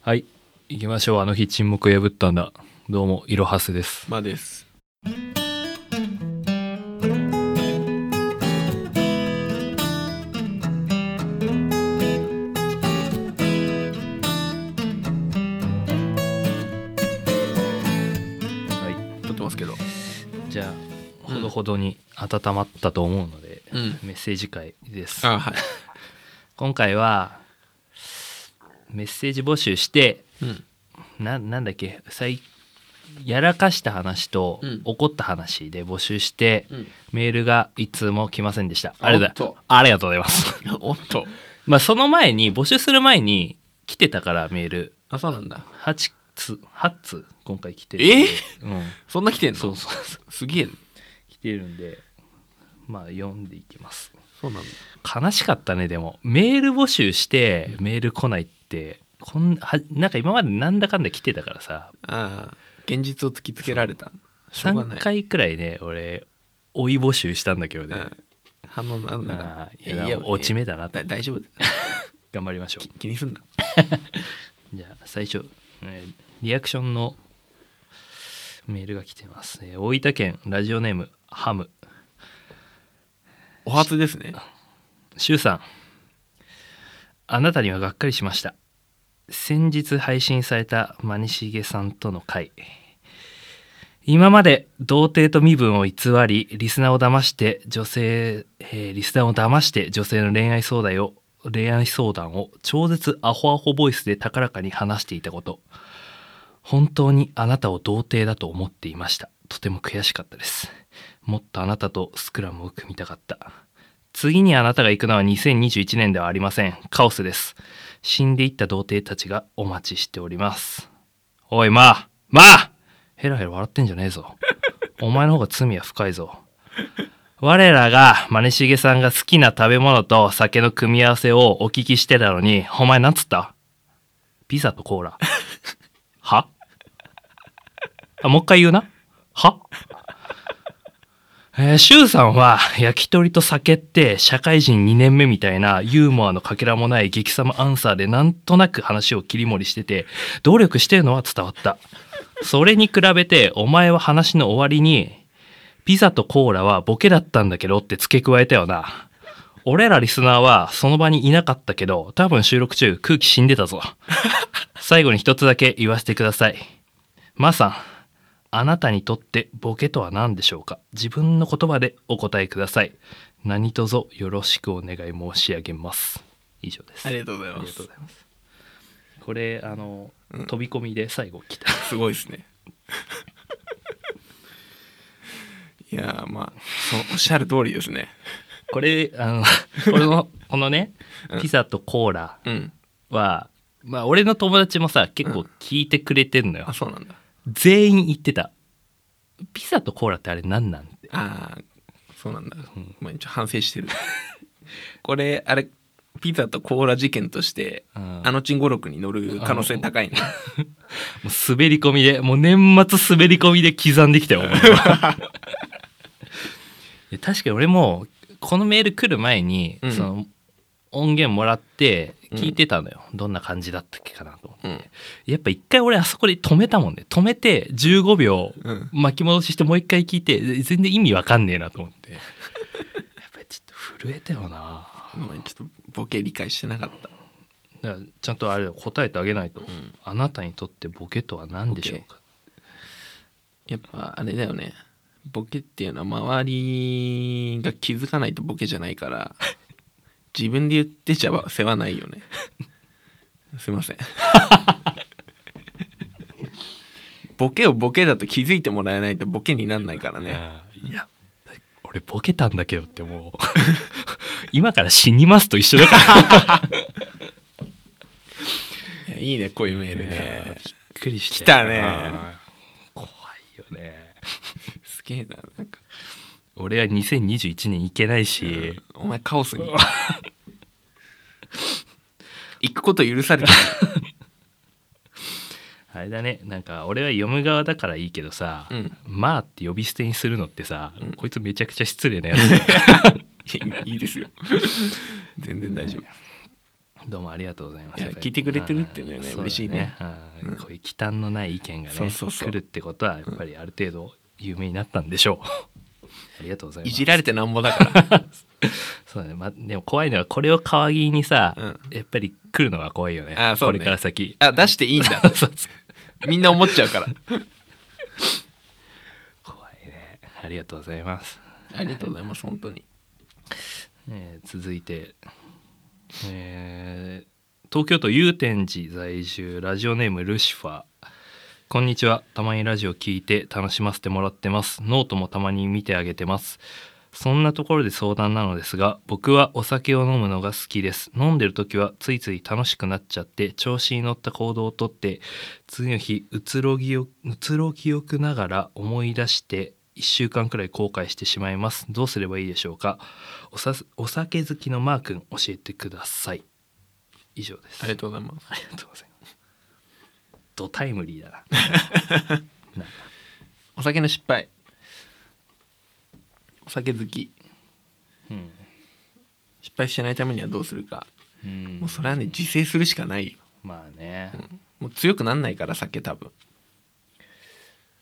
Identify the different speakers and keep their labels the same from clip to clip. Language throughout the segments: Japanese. Speaker 1: はい行きましょうあの日沈黙を破ったんだどうもいろはすです
Speaker 2: まあです。
Speaker 1: はい
Speaker 2: 撮ってますけど。
Speaker 1: じゃあ
Speaker 2: うん
Speaker 1: ほどほどに温まったと思うので、
Speaker 2: うん。
Speaker 1: メッセージ会です
Speaker 2: あはい。
Speaker 1: 今回はメッセージ募集して
Speaker 2: うん。
Speaker 1: ななんだっけ最やらかした話と
Speaker 2: うん
Speaker 1: 怒った話で募集して、
Speaker 2: うん。
Speaker 1: メールがいつも来ませんでした
Speaker 2: あ
Speaker 1: ありが
Speaker 2: お
Speaker 1: と
Speaker 2: っ
Speaker 1: う
Speaker 2: と
Speaker 1: ありがとうございます
Speaker 2: おっと。
Speaker 1: まあその前に募集する前に来てたからメール
Speaker 2: あ、そうなんだ。
Speaker 1: 8つ8つ今回来て
Speaker 2: え
Speaker 1: うん、
Speaker 2: そんな来てんの
Speaker 1: そうそうそう
Speaker 2: すげえね。
Speaker 1: 来てるんでまあ読んでいきます
Speaker 2: そうなんだ。
Speaker 1: 悲しかったねでもメール募集してメール来ないってこんはなんか今までなんだかんだ来てたからさ
Speaker 2: ああ。現実を突きつけられた。しょうがな
Speaker 1: 3
Speaker 2: い。
Speaker 1: 回くらいね俺追い募集したんだけど
Speaker 2: う
Speaker 1: ね、
Speaker 2: ん。反応なんだ
Speaker 1: あ
Speaker 2: な
Speaker 1: あいや落ち目だなって
Speaker 2: だ大 丈夫だ。
Speaker 1: 頑張りましょ
Speaker 2: 気にすんな。
Speaker 1: うじゃあ最初、えーリアクションのメールが来てます、えー大分県ラジオネームハム
Speaker 2: お初ですね。
Speaker 1: しゅうさんあなたにはがっかりしました先日配信されたマニシゲさんとの会今まで童貞と身分を偽りリスナーを騙して女性、えーリスナーを騙して女性の恋愛相談を恋愛相談を超絶アホアホボイスで高らかに話していたこと本当にあなたを童貞だと思っていましたとても悔しかったですもっとあなたとスクラムを組みたかった次にあなたが行くのは2021年ではありませんカオスです死んでいった童貞たちがお待ちしておりますおいまあまあヘラヘラ笑ってんじゃねえぞお前の方が罪は深いぞ我らがマネしげさんが好きな食べ物と酒の組み合わせをお聞きしてたのにお前なんつったピザとコーラはあもう一回言うなはえー、シュウさんは 焼き鳥と酒って社会人2年目みたいなユーモアのかけらもない激様アンサーでなんとなく話を切り盛りしてて努力してるのは伝わったそれに比べてお前は話の終わりにピザとコーラはボケだったんだけどって付け加えたよな俺らリスナーはその場にいなかったけど多分収録中空気死んでたぞ最後に一つだけ言わせてくださいマーさんあなたにとってボケとは何でしょうか自分の言葉でお答えください。何卒よろしくお願い申し上げます。以上です。
Speaker 2: ありがとうござい
Speaker 1: あ
Speaker 2: ま
Speaker 1: りが
Speaker 2: す
Speaker 1: とう。ございます。これ、あの、飛び込みで最後来た。
Speaker 2: すごいです ね。いやーまあそうおっしゃる通りですね。
Speaker 1: これ、あの、 この、このね
Speaker 2: う、ん
Speaker 1: ピザとコーラ
Speaker 2: うん。
Speaker 1: は、まあ、俺の友達もさ、結構聞いてくれてんのよ
Speaker 2: あ。そうなんだ。
Speaker 1: 全員言ってた。ピザとコーラってあれ何なんて。
Speaker 2: ああそうなんだ。まあ一応反省してる。 これあれピザとコーラ事件として、
Speaker 1: うん
Speaker 2: あのチンゴロクに乗る可能性高いね。
Speaker 1: もう滑り込みで、もう年末滑り込みで刻んできたよ、お前 はいや確かに俺も、このメール来る前に、
Speaker 2: うん
Speaker 1: その音源もらって聞いてたのよ、どんな感じだったっけかなと思って、
Speaker 2: うん
Speaker 1: やっぱ一回俺あそこで止めたもんね止めて15秒
Speaker 2: うん
Speaker 1: 巻き戻ししてもう一回聞いて全然意味わかんねえなと思って やっぱりちょっと震えたよな
Speaker 2: まあちょっとボケ理解してなかった。
Speaker 1: だからちゃんとあれ答えてあげないと、あなたにとってボケとは何でしょうか
Speaker 2: やっぱあれだよね。ボケっていうのは周りが気づかないとボケじゃな いから、自分で言ってちゃ世話ないよね。すいま せん。ボケをボケだと気づいてもらえないとボケになんないからね。
Speaker 1: いや俺ボケたんだけどってもう 今から死にますと一緒だ から
Speaker 2: いやいいね、こういうメール
Speaker 1: びっ
Speaker 2: ね。
Speaker 1: くりして
Speaker 2: 来たね
Speaker 1: 怖いよね
Speaker 2: すげえな。なんか、
Speaker 1: 俺は2021年行けないし、
Speaker 2: お前カオスに。行くこと許されてる。
Speaker 1: あれだねなんか俺は読む側だからいいけどさ「
Speaker 2: うん
Speaker 1: まあ」って呼び捨てにするのってさ、
Speaker 2: うん
Speaker 1: こいつめちゃく ちゃ失礼なやつ
Speaker 2: いやいいですよ。全然大丈夫。
Speaker 1: どうもありがとうございま
Speaker 2: い
Speaker 1: す
Speaker 2: や聞いてくれてるっていうのは
Speaker 1: ん
Speaker 2: ね
Speaker 1: そうだ
Speaker 2: 嬉しいね
Speaker 1: うんこういう忌憚のない意見がね
Speaker 2: そうそうそう
Speaker 1: 来るってことはやっぱりある程度有名になったんでしょう ありがとうございま
Speaker 2: い
Speaker 1: す
Speaker 2: じられてなんぼだから
Speaker 1: そうだね、まあ、でも怖いのはこれを皮切りにさ、
Speaker 2: うん
Speaker 1: やっぱり来るのが怖いよね
Speaker 2: あそう
Speaker 1: こ
Speaker 2: ね
Speaker 1: れから先
Speaker 2: あ出していいんだ みんな思っちゃうから
Speaker 1: 怖いね ありがとうございます、
Speaker 2: ありがとうございます本当に
Speaker 1: えー続いて、えー東京都祐天寺在住ラジオネームルシファーこんにちはたまにラジオ聞いて楽しませてもらってますノートもたまに見てあげてますそんなところで相談なのですが僕はお酒を飲むのが好きです飲んでる時はついつい楽しくなっちゃって調子に乗った行動をとって次の日うつろぎようつろぎよくながら思い出して1週間くらい後悔してしまいますどうすればいいでしょうかおさお酒好きのマー君教えてください以上です
Speaker 2: ありがとうございます
Speaker 1: ありがとうございますドタイムリーだななんか
Speaker 2: お酒の失敗お酒好き
Speaker 1: うん
Speaker 2: 失敗しないためにはどうするか
Speaker 1: うん
Speaker 2: もうそれはね自制するしかないよ
Speaker 1: まあね、
Speaker 2: もう強くなんないから酒多分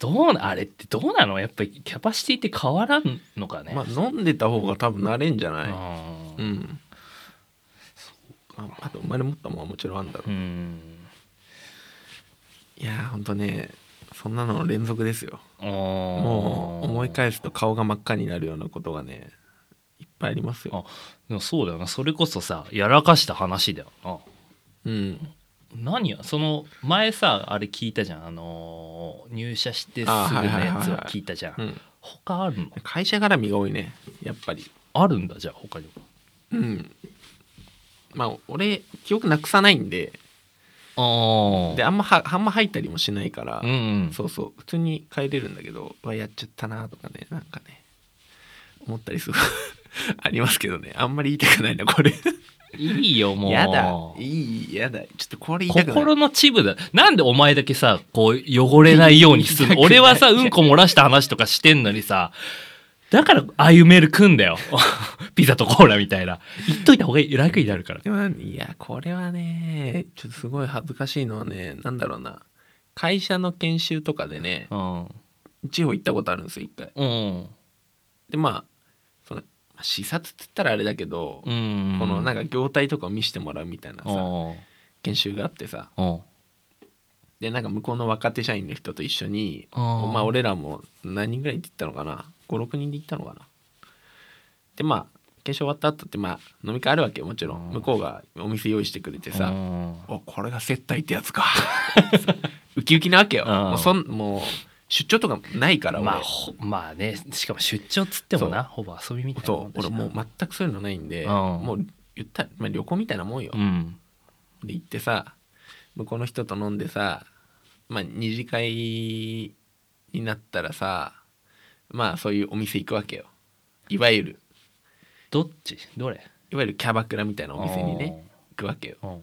Speaker 1: どうなあれってどうなのやっぱりキャパシティって変わらんのかね、
Speaker 2: まあ飲んでた方が多分慣れんじゃない
Speaker 1: あ
Speaker 2: う
Speaker 1: ー
Speaker 2: んまああと生まれ持ったもんはもちろんあんだろ
Speaker 1: う
Speaker 2: うんいやーほんとねそんなのの連続ですよも
Speaker 1: も
Speaker 2: う思い返すと顔が真っ赤になるようなことがねいっぱいありますよ
Speaker 1: あでもそうだよなそれこそさやらかした話だよな
Speaker 2: うん
Speaker 1: 何やその前さあれ聞いたじゃんあのー入社してすぐの
Speaker 2: あはいはいはい
Speaker 1: や
Speaker 2: はい
Speaker 1: つは聞いたじゃん、
Speaker 2: うん
Speaker 1: 他あるの
Speaker 2: 会社絡みが多いねやっぱり
Speaker 1: あるんだじゃあ他にも
Speaker 2: うんまあ俺記憶なくさないんで
Speaker 1: あ
Speaker 2: であんまはあんま入ったりもしないから、
Speaker 1: うんうん
Speaker 2: そうそう普通に帰れるんだけどうわやっちゃったなとかねなんかね思ったりする ありますけどねあんまり言いたくないなこれ
Speaker 1: いいよもう
Speaker 2: やだいいやだちょっとこれ言いたくない
Speaker 1: 心のチブだなんでお前だけさこう汚れないようにするの俺はさうんこ漏らした話とかしてんのにさだからああいうメール来んだよ ピザとコーラみたいな言っといた方が楽になるから
Speaker 2: でもいやこれはねちょっとすごい恥ずかしいのはねなんだろうな会社の研修とかでね
Speaker 1: うん
Speaker 2: 地方行ったことあるんですよ一回
Speaker 1: うん
Speaker 2: でまあそのまあ視察って言ったらあれだけど、
Speaker 1: うん
Speaker 2: このなん
Speaker 1: か
Speaker 2: か業態とかを見せてもらうみたいな
Speaker 1: う
Speaker 2: さ
Speaker 1: ん
Speaker 2: 研修があってさ
Speaker 1: うん
Speaker 2: でなんか向こうの若手社員の人と一緒に
Speaker 1: うん
Speaker 2: まあ俺らも何人ぐらいで行ったのかな56人で行ったのかなでまあ研修終わった後ってまあ飲み会あるわけよもちろん
Speaker 1: うん
Speaker 2: 向こうがお店用意してくれて
Speaker 1: う
Speaker 2: さ
Speaker 1: ん
Speaker 2: 「おこれが接待ってやつか」 ウキウキなわけよ
Speaker 1: うん
Speaker 2: もうそんもう出張とかないから俺、
Speaker 1: まあほまあねしかも出張っつってもなほぼ遊びみたいなも
Speaker 2: そ
Speaker 1: ん
Speaker 2: う
Speaker 1: だし
Speaker 2: 俺
Speaker 1: な
Speaker 2: もう全くそういうのないんで、
Speaker 1: うん
Speaker 2: もう言ったら、まあ、旅行みたいなもんよ、
Speaker 1: うん
Speaker 2: で行ってさ向こうの人と飲んでさまあ二次会になったらさまあそういうお店行くわけよいわゆる
Speaker 1: どっちどれ
Speaker 2: いわゆるキャバクラみたいなお店にね行くわけよ
Speaker 1: うんうん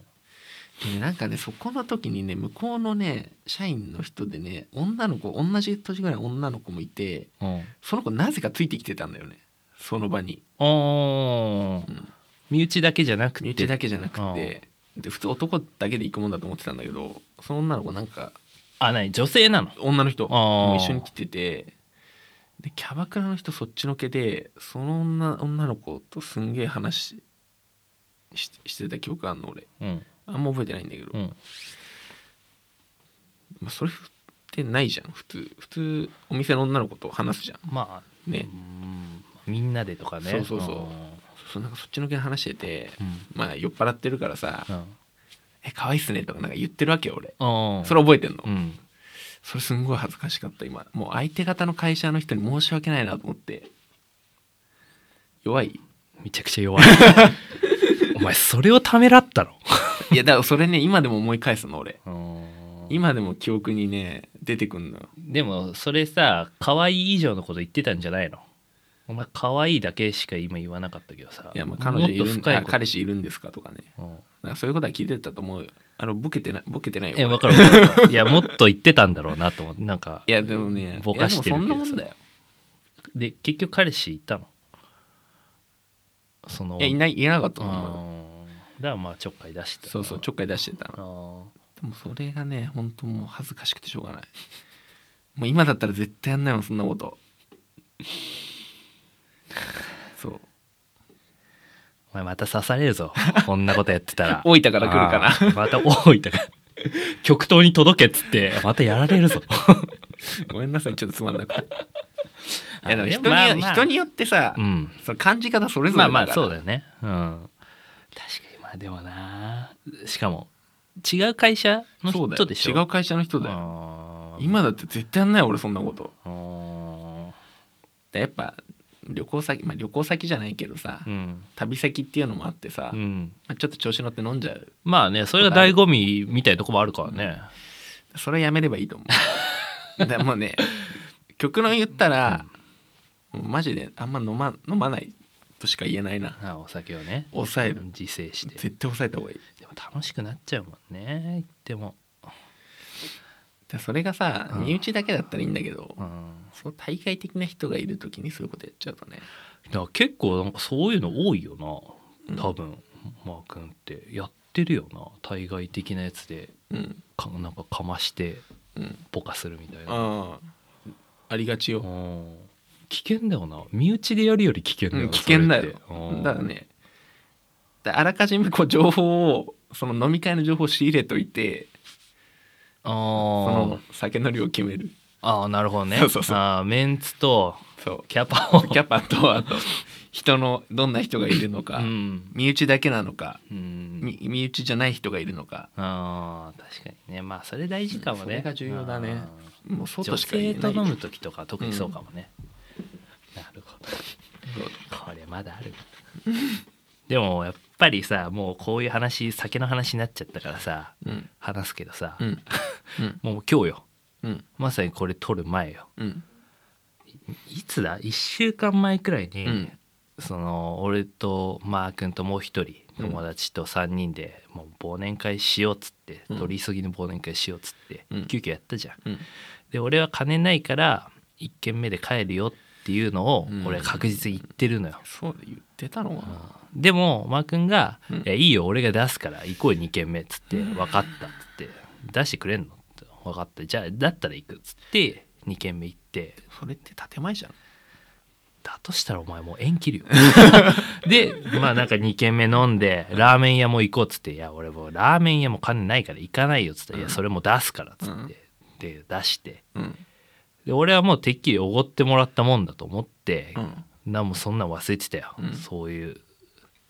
Speaker 2: でねなんかねそこの時にね向こうのね社員の人でね女の子同じ年ぐらいの女の子もいて
Speaker 1: うん
Speaker 2: その子なぜかついてきてたんだよねその場に
Speaker 1: ああ、
Speaker 2: ん
Speaker 1: 身内だけじゃなくて
Speaker 2: 身内だけじゃなくてで普通男だけで行くもんだと思ってたんだけどその女の子なんか
Speaker 1: あない女性なの
Speaker 2: 女の人
Speaker 1: あー
Speaker 2: も一緒に来ててでキャバクラの人そっちのけでその女女の子とすんげえ話しししてた記憶あんの俺
Speaker 1: うん
Speaker 2: あんま覚えてないんだけど、
Speaker 1: うん
Speaker 2: まあ、それってないじゃん普通普通お店の女の子と話すじゃん
Speaker 1: まあ
Speaker 2: ね
Speaker 1: うんみんなでとかね
Speaker 2: そうそうそうそうなんかそっちのけで話してて、
Speaker 1: うん
Speaker 2: まあ酔っ払ってるからさ
Speaker 1: うん
Speaker 2: 「え可愛いっすね」とかなんか言ってるわけよ俺
Speaker 1: うん
Speaker 2: それ覚えてんの、
Speaker 1: うん
Speaker 2: それすんごい恥ずかしかった今もう相手方の会社の人に申し訳ないなと思って弱い
Speaker 1: めちゃくちゃ弱い お前それをためらったの
Speaker 2: いやだからそれね今でも思い返すの俺
Speaker 1: うん
Speaker 2: 今でも記憶にね出てくんのよ
Speaker 1: でもそれさ可愛い以上のこと言ってたんじゃないのお前可愛いだけしか今言わなかったけどさ
Speaker 2: いやまあ彼女い
Speaker 1: もっ
Speaker 2: る
Speaker 1: と
Speaker 2: ん
Speaker 1: 深い
Speaker 2: あ
Speaker 1: こと
Speaker 2: 彼氏いるんですかとかね
Speaker 1: うん
Speaker 2: なんかそういうことは聞いてたと思うよあのボケてないボケてないよ
Speaker 1: え
Speaker 2: 俺
Speaker 1: わかるわかるわかるいやもっと言ってたんだろうなと思ってなんか
Speaker 2: いやでもね
Speaker 1: ぼかしてる
Speaker 2: いや
Speaker 1: け
Speaker 2: で
Speaker 1: ど
Speaker 2: もそんなもんだよ
Speaker 1: で結局彼氏いたのその
Speaker 2: いやいないいなかったと思うよ
Speaker 1: あーからまあちょっかい出して
Speaker 2: そうそうちょっかい出してた
Speaker 1: あ
Speaker 2: の
Speaker 1: ー
Speaker 2: でもそれがね本当もう恥ずかしくてしょうがないもう今だったら絶対やんないもんそんなことそう
Speaker 1: お前また刺される ぞこんなことやってたら
Speaker 2: 大分から来るかな
Speaker 1: あーまた大分から極東に届けっつってまたやられる ぞ
Speaker 2: ごめんなさいちょっとつまんなくてい
Speaker 1: あ
Speaker 2: やでも
Speaker 1: いや
Speaker 2: 人に,、
Speaker 1: まあまあ
Speaker 2: 人によってさ、
Speaker 1: うん
Speaker 2: その感じ方それぞれ
Speaker 1: ま
Speaker 2: だ
Speaker 1: あ
Speaker 2: から
Speaker 1: まあそうだよねうん確かにまあでもなしかも違う会社の
Speaker 2: そうだ
Speaker 1: 人
Speaker 2: よ
Speaker 1: でしょ
Speaker 2: 違う会社の人だよ
Speaker 1: あー
Speaker 2: 今だって絶対やんないよ俺そんなこと
Speaker 1: うーん
Speaker 2: でやっぱ旅行先、まあ、旅行先じゃないけどさ、
Speaker 1: うん
Speaker 2: 旅先っていうのもあってさ、
Speaker 1: う
Speaker 2: ま
Speaker 1: ん
Speaker 2: あ、ちょっと調子乗って飲んじゃう
Speaker 1: まあねそれが醍醐味みたいなとこもあるからね
Speaker 2: それはやめればいいと 思うでもね極論言ったら、もうマジであんま飲ま飲まないとしか言えないな
Speaker 1: あお酒をね
Speaker 2: 抑える
Speaker 1: 自制して
Speaker 2: 絶対抑えた方がいい
Speaker 1: でも楽しくなっちゃうもんねでも
Speaker 2: でそれがさ
Speaker 1: うん
Speaker 2: 身内だけだったらいいんだけど、
Speaker 1: うん
Speaker 2: その大会的な人がいる時にそういうことやっちゃうとね
Speaker 1: だから結構なんかそういうの多いよ
Speaker 2: うん
Speaker 1: な多分、マー君ってやってるよな対外的なやつで
Speaker 2: うん
Speaker 1: かなんかかまして
Speaker 2: うん
Speaker 1: ポカするみたいな
Speaker 2: ああありがち
Speaker 1: う
Speaker 2: よ、
Speaker 1: ん危険だよな身内でやるより危険だ
Speaker 2: う
Speaker 1: よ
Speaker 2: ん、
Speaker 1: な
Speaker 2: 危険だよ
Speaker 1: それってうん
Speaker 2: だからねだからあらかじめこう情報をその飲み会の情報を仕入れといて
Speaker 1: あ
Speaker 2: そ
Speaker 1: ー
Speaker 2: の酒の量を決める
Speaker 1: あーなるほどね
Speaker 2: そうそうそう
Speaker 1: あーメンツと
Speaker 2: そう
Speaker 1: キャパを
Speaker 2: キャパとあと人のどんな人がいるのか、
Speaker 1: うん、
Speaker 2: 身内だけなのか、
Speaker 1: うん
Speaker 2: み身内じゃない人がいるのか
Speaker 1: あー確かにねまあそれ大事かもね、
Speaker 2: それが重要だね
Speaker 1: うん
Speaker 2: もうそうと
Speaker 1: 女
Speaker 2: しか言え
Speaker 1: 性と
Speaker 2: ない
Speaker 1: 飲む時とか特にそうかもね、なるほど
Speaker 2: そう
Speaker 1: これまだある でもやっぱりさもうこういう話酒の話になっちゃったからさ
Speaker 2: うん
Speaker 1: 話すけどさ、
Speaker 2: うんうん
Speaker 1: もう今日よ
Speaker 2: うん
Speaker 1: まさにこれ撮る前よ
Speaker 2: うん
Speaker 1: いつだ1週間前くらいに、
Speaker 2: うん
Speaker 1: その俺とマー君ともう一人友達と3人でもう忘年会しようっつって、
Speaker 2: うん
Speaker 1: 取り急ぎの忘年会しようっつって、
Speaker 2: うん
Speaker 1: 急遽やったじゃん。
Speaker 2: うん
Speaker 1: で俺は金ないから1軒目で帰るよっていうのを
Speaker 2: うん
Speaker 1: 俺は確実に言ってるのよ。
Speaker 2: そうだ言ってたのかな
Speaker 1: でもマー君が
Speaker 2: うん
Speaker 1: 「いやいいよ俺が出すから行こうよ2軒目」っつって「分かった」っつって「出してくれんの?」って「分かったじゃあだったら行く」っつって2軒目行って
Speaker 2: それって建前じゃん
Speaker 1: だとしたらお前もう縁 切るよでまあなんか2軒目飲んでラーメン屋も行こうっつって「いや俺もうラーメン屋も金ないから行かないよ」っつって「いやそれも出すから」っつって、
Speaker 2: うん
Speaker 1: で出して
Speaker 2: うん
Speaker 1: で俺はもうてっきりおごってもらったもんだと思って
Speaker 2: う、ん
Speaker 1: なんもそんなん忘れてたよ、
Speaker 2: うん
Speaker 1: そういう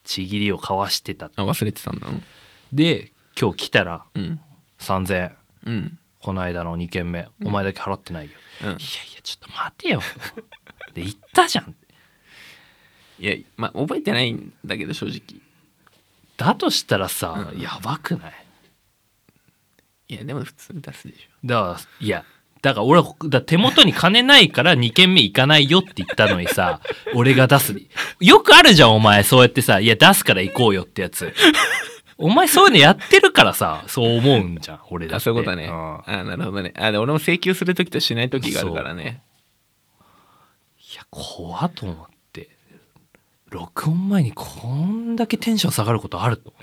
Speaker 1: ちぎりを交わしてた
Speaker 2: あ忘れてたんだ
Speaker 1: で今日来たら
Speaker 2: うん
Speaker 1: 3,000円
Speaker 2: うん
Speaker 1: この間の2軒目お前だけ払ってないよ、
Speaker 2: うん
Speaker 1: いやいやちょっと待てよで行ったじゃん
Speaker 2: いやまあ覚えてないんだけど正直
Speaker 1: だとしたらさ、
Speaker 2: うん
Speaker 1: やばくない
Speaker 2: いやでも普通に出すでし
Speaker 1: だからいやだから俺はだ手元に金ないから2軒目行かないよって言ったのにさ 俺が出すよくあるじゃんお前そうやってさ「いや出すから行こうよ」ってやつお前そういうのやってるからさそう思うんじゃん俺
Speaker 2: ょ
Speaker 1: だ
Speaker 2: あ
Speaker 1: って
Speaker 2: そういうことね
Speaker 1: ん
Speaker 2: あなるほどねあで俺も請求する時としない時があるからね
Speaker 1: いや怖っと思って録音前にこんだけテンション下がることあると思っ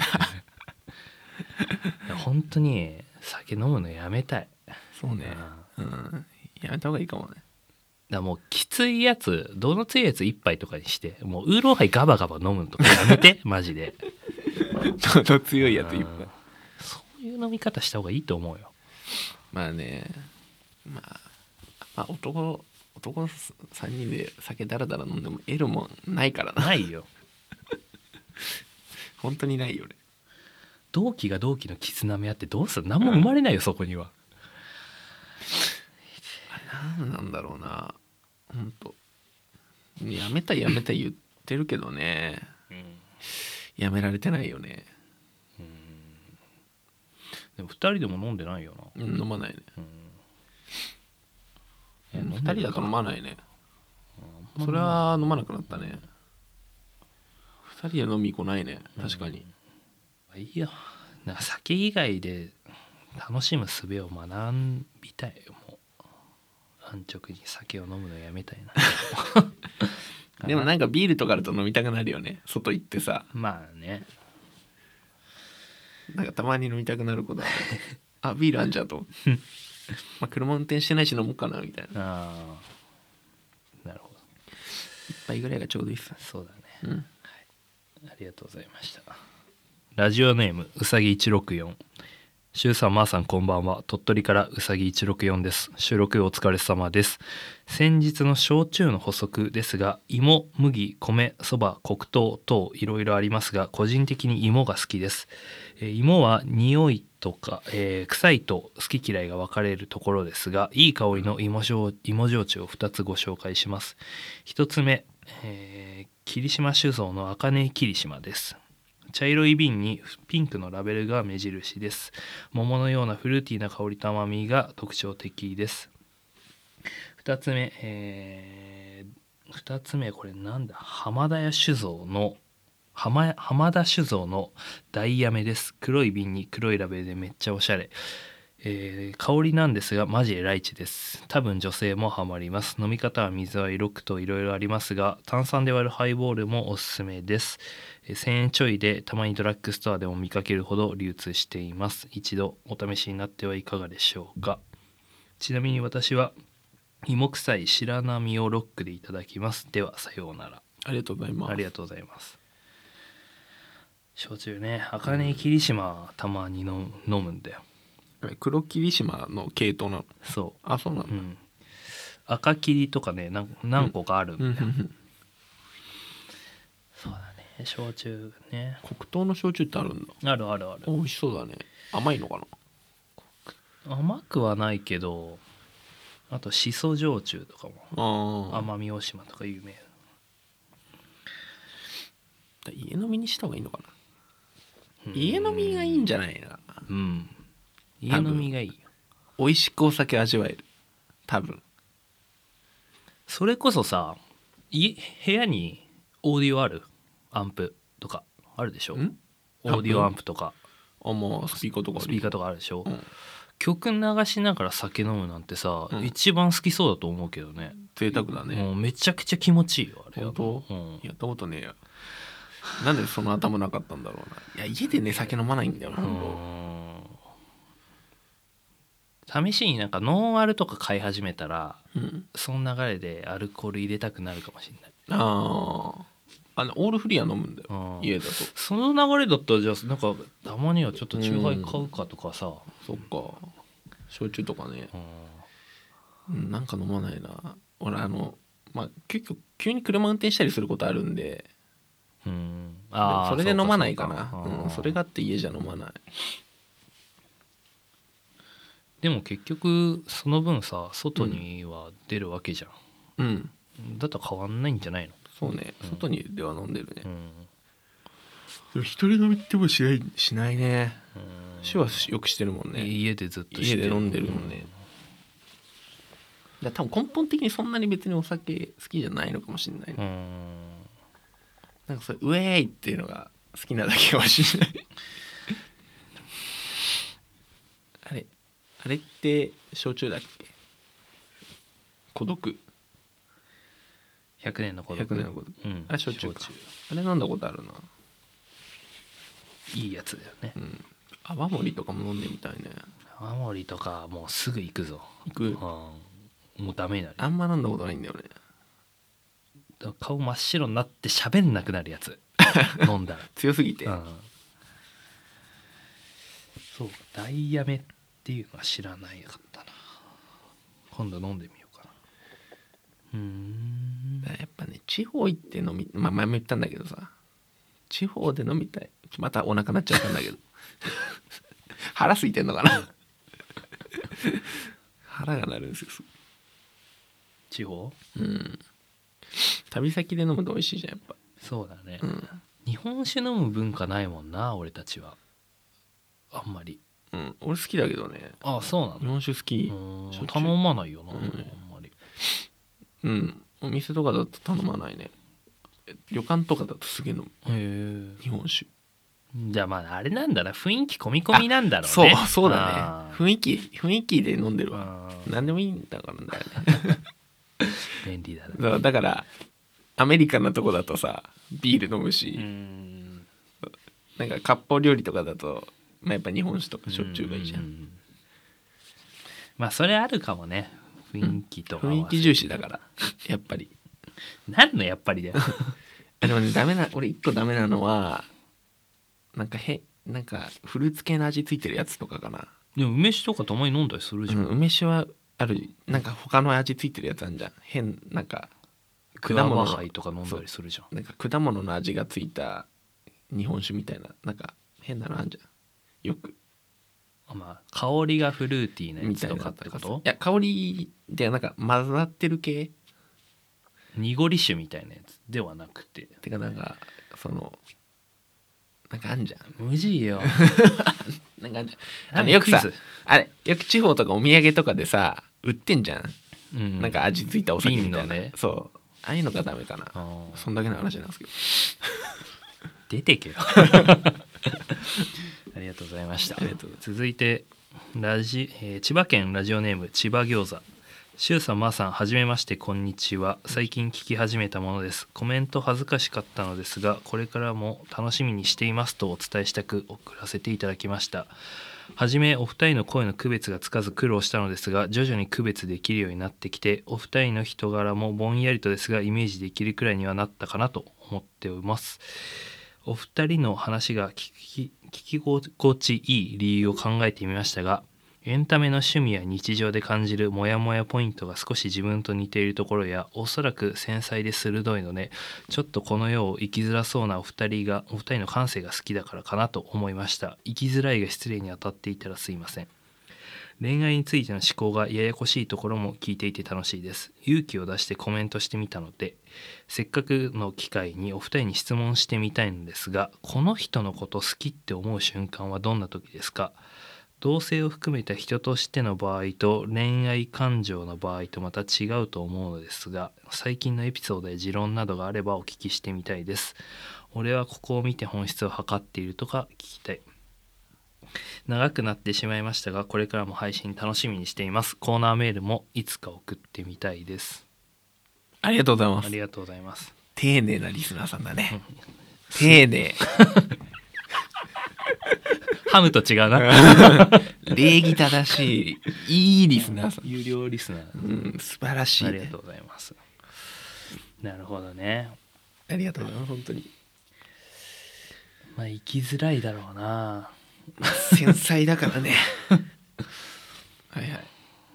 Speaker 1: てい や本当に酒飲むのやめたい
Speaker 2: そうねうんやめた方がいいかもね
Speaker 1: だからもうきついやつどの強いやつ一杯とかにしてもうウーロンハイガバガバ飲むのとかやめ てマジで
Speaker 2: ちょっと強いやついっ
Speaker 1: う
Speaker 2: ぱい
Speaker 1: んそういう飲み方した方がいいと思うよ
Speaker 2: まあねまあ、まあ、男男の3人で酒だらだら飲んでも得るもんないからな
Speaker 1: ないよ
Speaker 2: 本当にないよ俺
Speaker 1: 同期が同期の絆め合ってどうする何も生まれないよそこには
Speaker 2: なんなんだろうな本当やめたいやめたい言ってるけどね
Speaker 1: うん
Speaker 2: やめられてないよね
Speaker 1: でも2人でも飲んでないよな
Speaker 2: うん飲まないね
Speaker 1: いや
Speaker 2: 2
Speaker 1: 飲んで
Speaker 2: 人
Speaker 1: る
Speaker 2: だと飲まないねそれ
Speaker 1: は
Speaker 2: は飲まなくなったね2人で飲み行こないね確かに
Speaker 1: いいよなんか酒以外で楽しむ術を学びたいもう安直に酒を飲むのやめたい な
Speaker 2: でもなんかビールとかあると飲みたくなるよね外行ってさ
Speaker 1: まあね
Speaker 2: なんかたまに飲みたくなる ことあるあビールあんじゃんと思ってまあ車運転してないし飲もうかなみたいな
Speaker 1: ああなるほど
Speaker 2: 一杯ぐらいがちょうどいいっす
Speaker 1: そうだね
Speaker 2: うん
Speaker 1: ありがとうございました。ラジオネームうさぎ164。しゅうさんまー、さんこんばんは鳥取からうさぎ164です収録お疲れ様です先日の焼酎の補足ですが芋麦米そば黒糖等いろいろありますが個人的に芋が好きです、えー芋は匂いとか、えー臭いと好き嫌いが分かれるところですがいい香りの芋焼芋焼酎を2つご紹介します1つ目、えー霧島酒造の茜霧島です茶色い瓶にピンクのラベルが目印です桃のようなフルーティーな香りと甘みが特徴的です2つ目、え2つ目これなんだ浜田屋酒造の浜屋浜田酒造のダイヤメです黒い瓶に黒いラベルでめっちゃおしゃれえー香りなんですがマジでライチです多分女性もハマります飲み方は水は色くといろいろありますが炭酸で割るハイボールもおすすめです、えー1000円ちょいでたまにドラッグストアでも見かけるほど流通しています一度お試しになってはいかがでしょうかちなみに私は芋臭い白波をロックでいただきますではさようなら
Speaker 2: ありがとうございます
Speaker 1: ありがとうございます焼酎ね茜霧島たまに飲む飲むんだよ
Speaker 2: 黒霧島の系統なの
Speaker 1: そう
Speaker 2: あそうなの、
Speaker 1: うん、赤霧とかね何何個かあるんだ
Speaker 2: う
Speaker 1: よ、
Speaker 2: んうんうん
Speaker 1: そうだね焼酎ね
Speaker 2: 黒糖の焼酎ってあるんだ
Speaker 1: あるあるある
Speaker 2: 美味しそうだね甘いのかな
Speaker 1: 甘くはないけどあとしそ焼酎とかも
Speaker 2: ああ
Speaker 1: 奄美大島とか有名
Speaker 2: 家飲みにした方がいいのかな、
Speaker 1: うん
Speaker 2: 家飲みがいいんじゃないな
Speaker 1: うん家飲みがいいよ
Speaker 2: 美味しくお酒味わえる多分
Speaker 1: それこそさ家部屋にオーディオあるアンプとかあるでしょ
Speaker 2: ん
Speaker 1: オーディオアンプとか
Speaker 2: あまあスピーカーとか
Speaker 1: スピーカー
Speaker 2: と
Speaker 1: とかあるでしょ、
Speaker 2: うん
Speaker 1: 曲流しながら酒飲むなんてさ、
Speaker 2: うん
Speaker 1: 一番好きそうだと思うけどね
Speaker 2: 贅沢だね、
Speaker 1: もうめちゃくちゃ気持ちいいよあれ
Speaker 2: 本
Speaker 1: う
Speaker 2: 当、
Speaker 1: ん
Speaker 2: やったことねえやなんでその頭なかったんだろうないや家でね酒飲まないんだよな、
Speaker 1: うん試しになんかノンアルとか買い始めたら
Speaker 2: うん、
Speaker 1: その流れでアルコール入れたくなるかもしれない
Speaker 2: あーあのオールフリーは飲むんだよ
Speaker 1: あー
Speaker 2: 家だと
Speaker 1: その流れだったらじゃあなんかたまにはちょっとチューハイ買うかとかさ、
Speaker 2: そっか焼酎とかね
Speaker 1: うん
Speaker 2: うんなんか飲まないな俺あのまあ結局急に車運転したりすることあるんで
Speaker 1: うん
Speaker 2: で
Speaker 1: あ
Speaker 2: も
Speaker 1: ー
Speaker 2: それで飲まないかな
Speaker 1: そう
Speaker 2: う
Speaker 1: か
Speaker 2: ん、それがあって家じゃ飲まない
Speaker 1: でも結局その分さ外には出るわけじゃん、
Speaker 2: うん
Speaker 1: だと変わんないんじゃないの、
Speaker 2: そうね
Speaker 1: うん
Speaker 2: 外にでは飲んでるね、
Speaker 1: うん
Speaker 2: でも一人飲みってもしないしないね
Speaker 1: うん
Speaker 2: 手話よくしてるもんね
Speaker 1: 家でずっと
Speaker 2: 家で飲んでるもんね、だから多分根本的にそんなに別にお酒好きじゃないのかもしれない、
Speaker 1: うんうん
Speaker 2: なんかそれウェーイっていうのが好きなだけかもしれないあれあれって焼酎だっけ孤独
Speaker 1: 100年の孤独
Speaker 2: 100年の孤独
Speaker 1: うん、
Speaker 2: あれ焼酎かあれ飲んだことあるな
Speaker 1: 酎いいやつだよね
Speaker 2: うん泡盛とかも飲んでみたいね
Speaker 1: 泡盛とかもうすぐ行くぞ、
Speaker 2: 行
Speaker 1: うん、
Speaker 2: く
Speaker 1: もうダメになる
Speaker 2: あんま飲んだことないんだよね
Speaker 1: 顔真っ白になって喋んなくなるや つ飲んだ
Speaker 2: 強すぎて、
Speaker 1: ら、うん、そうかダイヤメっていうのは知らないかったな今度飲んでみようかなうーん
Speaker 2: だからやっぱね地方行って飲み、まあ、前も言ったんだけどさ地方で飲みたいまたお腹なっちゃったんだけ ど腹空いてんのかな腹が鳴るんですよ
Speaker 1: 地方
Speaker 2: うん旅先で飲むと美味しいじゃんやっ
Speaker 1: そうだね、
Speaker 2: ぱうん、
Speaker 1: 日本酒飲む文化ないもんな俺たちはあんまり
Speaker 2: うん、俺好きだけどね
Speaker 1: ああそうなん
Speaker 2: 日
Speaker 1: だ
Speaker 2: 本酒好き
Speaker 1: うん
Speaker 2: しょっちゅう
Speaker 1: 頼まないよな、
Speaker 2: うん
Speaker 1: あんまり
Speaker 2: うんお店とかだと頼まないねえ旅館とかだとすげえ飲む
Speaker 1: へえ
Speaker 2: 日本酒
Speaker 1: じゃあまああれなんだな雰囲気込み込みなんだろう
Speaker 2: そう
Speaker 1: ね
Speaker 2: そうだ
Speaker 1: あ
Speaker 2: ね
Speaker 1: ー
Speaker 2: 雰囲気雰囲気で飲んでるわ
Speaker 1: あー
Speaker 2: 何でもいいんだからだよね
Speaker 1: 便利だな
Speaker 2: そうだからアメリカンなとこだとさビール飲むし、
Speaker 1: うん
Speaker 2: なんか割烹料理とかだとまあ、やっぱ日本酒とか焼酎がいいじゃん、
Speaker 1: うまあそれあるかもね雰囲気とかは
Speaker 2: 雰囲気重視だからやっぱり
Speaker 1: 何のやっぱりだよ
Speaker 2: あでもねダメな俺一個ダメなのはなんかへなんかフルーツ系の味ついてるやつとかかな、
Speaker 1: でも梅酒とかたまに飲んだりするじ
Speaker 2: う
Speaker 1: ゃん、
Speaker 2: ん、梅酒はあるなんか他の味ついてるやつあんじゃん変なんか
Speaker 1: 果
Speaker 2: 果
Speaker 1: 物
Speaker 2: 物
Speaker 1: 杯とか飲んだりするじゃん
Speaker 2: なんか果物の味がついた日本酒みたいななんか変なのあんじゃんよく
Speaker 1: あまあ香りがフルーティーなや
Speaker 2: み
Speaker 1: つ
Speaker 2: たい
Speaker 1: と
Speaker 2: な
Speaker 1: かってこと
Speaker 2: いや香りでなんか混ざってる系
Speaker 1: 濁り酒みたいなやつではなくて
Speaker 2: てかなんかそのなんかあんじゃん
Speaker 1: 無事よ
Speaker 2: なんかあんじゃん
Speaker 1: 何
Speaker 2: あのよくさ
Speaker 1: クイズ
Speaker 2: あれよく地方とかお土産とかでさ売ってんじゃん、
Speaker 1: うん
Speaker 2: なんか味付いたお酒みたい
Speaker 1: 瓶
Speaker 2: な、
Speaker 1: のね
Speaker 2: そうああいうのがダメか
Speaker 1: あ
Speaker 2: な
Speaker 1: ー
Speaker 2: そんだけの話なんですけど
Speaker 1: 出て けよありがとうございました
Speaker 2: ありがとうございま
Speaker 1: 続いてラジ、えー千葉県ラジオネーム千葉餃子しゅうさんまーさんはじめましてこんにちは最近聞き始めたものですコメント恥ずかしかったのですがこれからも楽しみにしていますとお伝えしたく送らせていただきましたはじめお二人の声の区別がつかず苦労したのですが徐々に区別できるようになってきてお二人の人柄もぼんやりとですがイメージできるくらいにはなったかなと思っておりますお二人の話が聞き聞き心地いい理由を考えてみましたがエンタメの趣味や日常で感じるモヤモヤポイントが少し自分と似ているところやおそらく繊細で鋭いのでちょっとこの世を生きづらそうなお二人がお二人の感性が好きだからかなと思いました生きづらいが失礼に当たっていたらすいません恋愛についての思考がややこしいところも聞いていて楽しいです勇気を出してコメントしてみたのでせっかくの機会にお二人に質問してみたいのですがこの人のこと好きって思う瞬間はどんな時ですか同性を含めた人としての場合と恋愛感情の場合とまた違うと思うのですが最近のエピソードや持論などがあればお聞きしてみたいです俺はここを見て本質を測っているとか聞きたい長くなってしまいましたがこれからも配信楽しみにしていますコーナーメールもいつか送ってみたいです
Speaker 2: ありがとうございま
Speaker 1: あ
Speaker 2: す
Speaker 1: りがとうございます
Speaker 2: 丁寧なリスナーさん だね、丁寧
Speaker 1: ハムと違う な。
Speaker 2: 礼儀正しいいいリスナーさん
Speaker 1: 有料リスナー。
Speaker 2: うん素晴らしい
Speaker 1: ありがとうございます。なるほどね。
Speaker 2: ありがとうございます本当に
Speaker 1: まあ、生きづらいだろうな。
Speaker 2: 繊細だから ねはいはい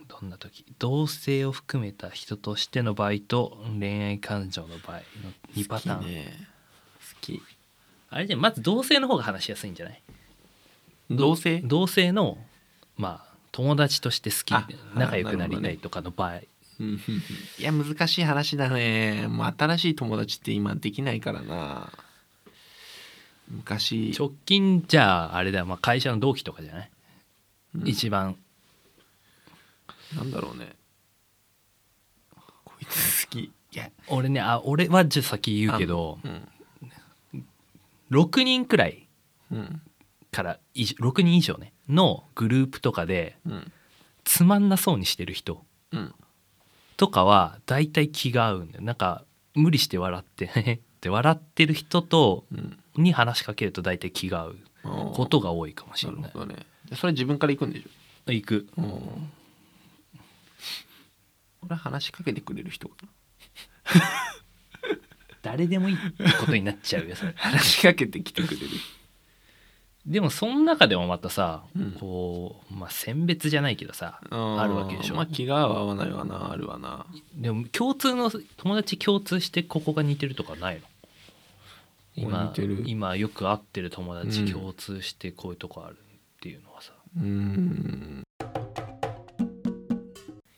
Speaker 1: どんな時同性を含めた人としての場合と恋愛感情の場合の2パターン、
Speaker 2: 好きね好き
Speaker 1: あれじゃんまず同性の方が話しやすいんじゃない
Speaker 2: 同性
Speaker 1: 同性のまあ友達として好き
Speaker 2: あ
Speaker 1: 仲良くなりたいとかの場合、
Speaker 2: うんいや難しい話だねもう新しい友達って今できないからな昔
Speaker 1: 直近じゃああれだよ、まあ、会社の同期とかじゃない、
Speaker 2: うん
Speaker 1: 一番
Speaker 2: なんだろうねこいつ好きいや
Speaker 1: 俺ねあ俺はじゃあ先言うけど
Speaker 2: あうん
Speaker 1: 6人くらい
Speaker 2: うん
Speaker 1: から以上6人以上ねのグループとかで
Speaker 2: うん
Speaker 1: つまんなそうにしてる人
Speaker 2: うん
Speaker 1: とかは大体気が合うんだよなんか無理して笑ってへへって笑ってる人と
Speaker 2: うん
Speaker 1: に話しかけると大体気が合うことが多いかもし
Speaker 2: な
Speaker 1: れ
Speaker 2: る
Speaker 1: ない
Speaker 2: ほどねそれ自分から行くんでしょ
Speaker 1: 行く
Speaker 2: うん俺は話しかけてくれる人かな
Speaker 1: 誰でもいいことになっちゃうよ それ
Speaker 2: 話しかけてきてくれる
Speaker 1: でもその中でもまたさ、
Speaker 2: うん
Speaker 1: こうまあ選別じゃないけどさ
Speaker 2: あ
Speaker 1: あるわけでしょ
Speaker 2: まあ気が合わないわなあるわな
Speaker 1: でも共通の友達共通してここが似てるとかないの今
Speaker 2: 似てる
Speaker 1: 今よく会ってる友
Speaker 2: う
Speaker 1: 達
Speaker 2: ん
Speaker 1: 共通してこういうとこあるっていうのはさ、
Speaker 2: うーん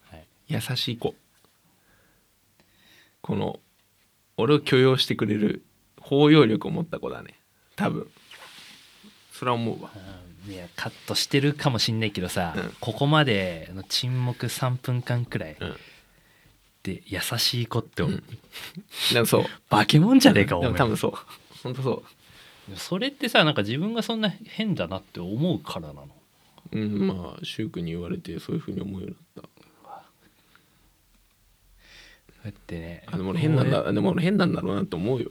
Speaker 1: はい
Speaker 2: 優しい子この俺を許容してくれる包容力を持った子だね多分それは思うわ
Speaker 1: うんいやカットしてるかもしんないけどさ、
Speaker 2: うん
Speaker 1: ここまでの沈黙3分間くらい
Speaker 2: うん
Speaker 1: で優しい子って、
Speaker 2: うんでもそう
Speaker 1: 化け物じゃねえかお
Speaker 2: で
Speaker 1: 前
Speaker 2: も多分そう本当そ
Speaker 1: それってさなんか自分がそんな変だなって思うからなの
Speaker 2: ううんまあ柊君に言われてそういうふうに思うようになっ
Speaker 1: だってね
Speaker 2: たあでも俺変なんだでも俺変なんだろうなと思うよ、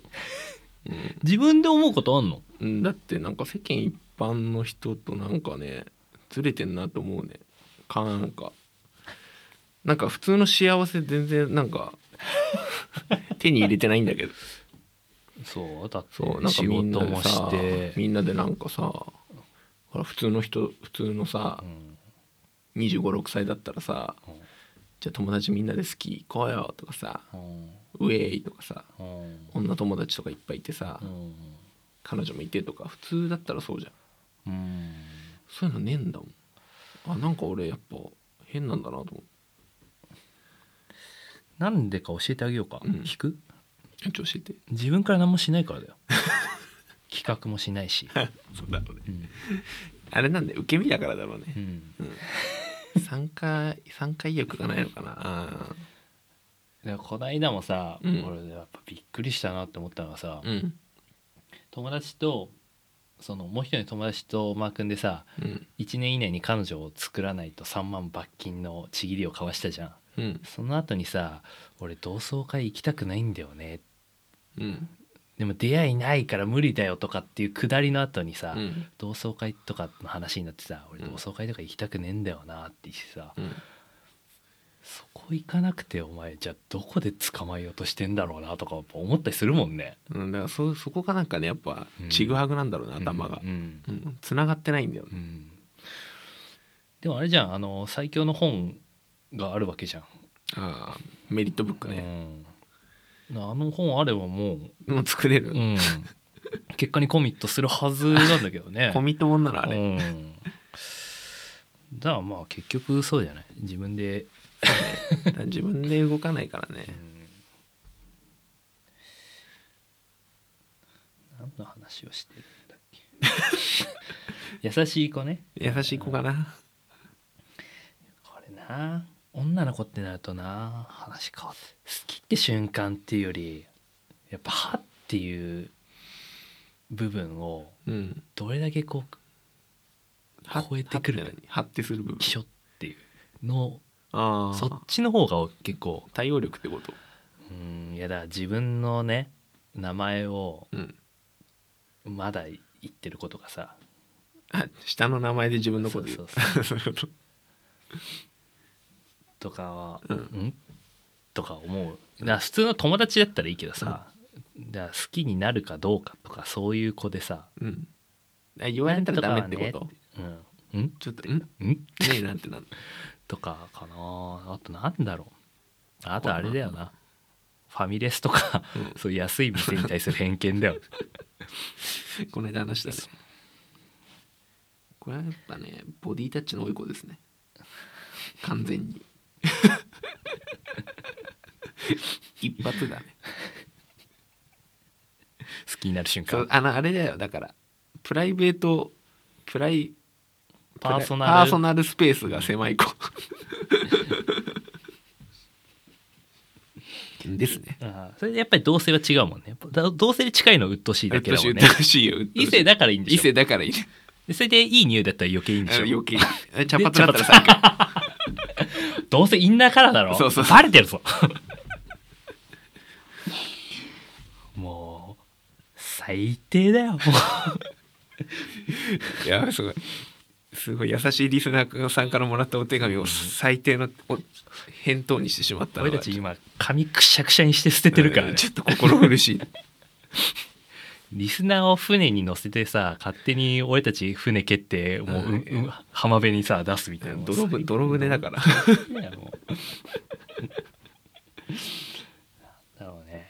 Speaker 1: 自分で思うことあんの
Speaker 2: うん、だってなんか世間一般の人となんかねずれてんなと思うねかなんかなんか普通の幸せ全然なん か手に入れてないんだけど
Speaker 1: そうだって
Speaker 2: そうなんか
Speaker 1: 仕
Speaker 2: みんな
Speaker 1: 事
Speaker 2: で
Speaker 1: も
Speaker 2: さ
Speaker 1: して
Speaker 2: みんなでなんかさほら普通の人普通のさ
Speaker 1: うん
Speaker 2: 2 5 6歳だったらさ
Speaker 1: うん
Speaker 2: じゃあ友達みんなでスキー行こうよとかさ
Speaker 1: うん
Speaker 2: ウェイとかさ
Speaker 1: うん
Speaker 2: 女友達とかいっぱいいてさ
Speaker 1: うん
Speaker 2: 彼女もいてとか普通だったらそうじゃん
Speaker 1: うん
Speaker 2: そういうのねえんだもんあなんか俺やっぱ変なんだなと思
Speaker 1: なんでか教えてあげようか、
Speaker 2: うん
Speaker 1: 聞く
Speaker 2: う教えて
Speaker 1: 自分から何もしないからだよ 企画もしないし、
Speaker 2: そうだろうね
Speaker 1: うん
Speaker 2: あれなんで受け身だからだろう
Speaker 1: う
Speaker 2: ね
Speaker 1: ん
Speaker 2: 参加参加意欲がないのかなあ
Speaker 1: でこの間もさ、
Speaker 2: うん
Speaker 1: 俺やっぱびっくりしたなって思ったのがさ、
Speaker 2: ーうん
Speaker 1: 友達とそのもう一人の友達とマー君でさ
Speaker 2: うん
Speaker 1: 1年以内に彼女を作らないと3万罰金のちぎりを交わしたじゃん
Speaker 2: うん
Speaker 1: その後にさ俺同窓会行きたくないんだよね
Speaker 2: うん
Speaker 1: でも出会いないから無理だよとかっていうくだりの後にさ、
Speaker 2: うん
Speaker 1: 同窓会とかの話になってさ俺
Speaker 2: うん
Speaker 1: 同窓会とか行きたくねえんだよなって言ってさ、
Speaker 2: うん
Speaker 1: そこ行かなくてお前じゃあどこで捕まえようとしてんだろうなとかやっぱ思ったりするもんね
Speaker 2: うん、だからそそこがなんかねやっぱ
Speaker 1: うん
Speaker 2: ちぐはぐなんだろうな、頭が
Speaker 1: うん、うん
Speaker 2: うん、繋がってないんだよね
Speaker 1: うんでもあれじゃんあの最強の本があるわけじゃん、
Speaker 2: あーメリットブックね、
Speaker 1: うん、あの本あればも
Speaker 2: もう作れる、
Speaker 1: う、 うん、結果にコミットするはずなんだけどね
Speaker 2: コミットもんならあれ、
Speaker 1: うんだからまあ結局そうじゃない自分で、
Speaker 2: だから自分で動かないからね
Speaker 1: 何の話をしてるんだっけ 優しい子ね
Speaker 2: 優しい子かな
Speaker 1: これな女の子ってなるとな話変わって好きって瞬間っていうよりやっぱ歯っていう部分を
Speaker 2: うん
Speaker 1: どれだけこう
Speaker 2: は
Speaker 1: 超えてくる
Speaker 2: はって何張ってする部分
Speaker 1: 気ょっていうの
Speaker 2: あ
Speaker 1: そ
Speaker 2: あ
Speaker 1: っちの方が結構
Speaker 2: 対応力ってこと
Speaker 1: うんいやだから自分のね名前を
Speaker 2: うん
Speaker 1: まだ言ってることがさ
Speaker 2: あ下の名前で自分のこと言う
Speaker 1: そう
Speaker 2: そういうこと
Speaker 1: とかは、
Speaker 2: うん
Speaker 1: んとか思うだから普通の友達だったらいいけどさ、だから好きになるかどうかとかそういう子でさ
Speaker 2: うんあ言われたらダメってこと、
Speaker 1: うん、ん
Speaker 2: ちょっとんね
Speaker 1: ん
Speaker 2: えなんてなんだ
Speaker 1: とかかなあとなんだろうあとあれだよなファミレスとか、
Speaker 2: うん
Speaker 1: そういう安い店に対する偏見だよ
Speaker 2: この間話したねこれはやっぱねボディタッチの多い子ですね完全 に一発だね
Speaker 1: 好きになる瞬
Speaker 2: そう
Speaker 1: 間
Speaker 2: あのあれだよだからプライベートプライ
Speaker 1: パーソナル
Speaker 2: プライパーソナルスペースが狭い子ですね
Speaker 1: ああ それでやっぱり同性は違うもんねだ同性で近いの鬱陶しいだけ
Speaker 2: うっとう
Speaker 1: だ
Speaker 2: しい
Speaker 1: もん
Speaker 2: う
Speaker 1: ね
Speaker 2: っとうしいようっとうしい
Speaker 1: 異性だからいいんでしょ
Speaker 2: 異性だからいいね
Speaker 1: でそれでいい匂いだったら余計いいんで
Speaker 2: あ
Speaker 1: しょ
Speaker 2: 余計に茶髪だったら最高
Speaker 1: どうせインナーカラーだろ
Speaker 2: そうそう
Speaker 1: バレてる ぞもう最低 だよもう
Speaker 2: いやすごいすごい優しいリスナーさんからもらったお手紙を最低のお返答にしてしまったの
Speaker 1: 俺
Speaker 2: は
Speaker 1: たち今髪くしゃくしゃにして捨ててるから、ね
Speaker 2: うんちょっと心苦し い
Speaker 1: リスナーを船に乗せてさ勝手に俺たち船蹴ってもう、
Speaker 2: うん
Speaker 1: うんうん浜辺にさ出すみたいな
Speaker 2: 泥船泥船だから
Speaker 1: いやもうなんだろうね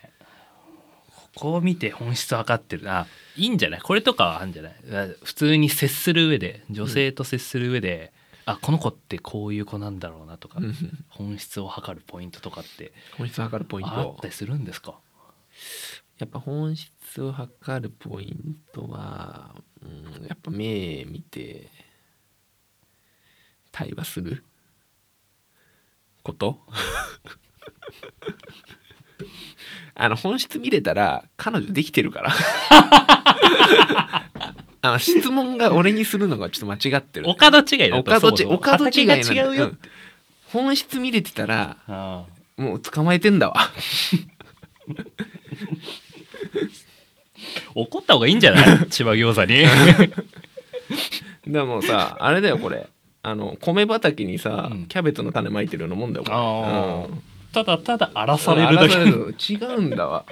Speaker 1: ここを見て本質分かってるあいいんじゃないこれとかはあるんじゃないあ普通に接する上で女性と接する上で、あこの子ってこういう子なんだろうなとか、
Speaker 2: うん
Speaker 1: 本質を測るポイントとかって
Speaker 2: 本質を測るポイン
Speaker 1: あっ
Speaker 2: ト
Speaker 1: たりするんですか
Speaker 2: やっぱ本質を測るポイントは、うん、やっぱ目見て対話することあの本質見れたら彼女できて るからあの質問が俺にするのがちょっと間違ってる
Speaker 1: お門違いだ
Speaker 2: お
Speaker 1: と
Speaker 2: 門ちお門違いなんだ
Speaker 1: 畑が違うよ、
Speaker 2: ん本質見れてたら
Speaker 1: あ
Speaker 2: もう捕まえてんだわ
Speaker 1: ー怒った方がいいんじゃない千葉餃子に
Speaker 2: でもさあれだよこれあの米畑にさ、
Speaker 1: うん
Speaker 2: キャベツの種まいてるようなもんだよこ れ
Speaker 1: あー
Speaker 2: うん
Speaker 1: ただただ荒らされるだ
Speaker 2: 荒
Speaker 1: け
Speaker 2: らされる違うんだわ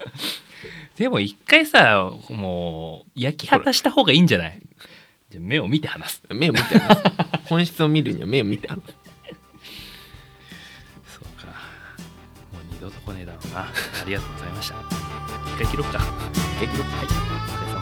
Speaker 1: でも一回さもう焼き果たした方がいいんじゃないじゃあ目を見て話す
Speaker 2: 目を見て話す本質を見るには目を見て話す
Speaker 1: そうかもう二度と来ねえだろうなありがとうございました一回切ろっか
Speaker 2: 結局
Speaker 1: はいお疲れ様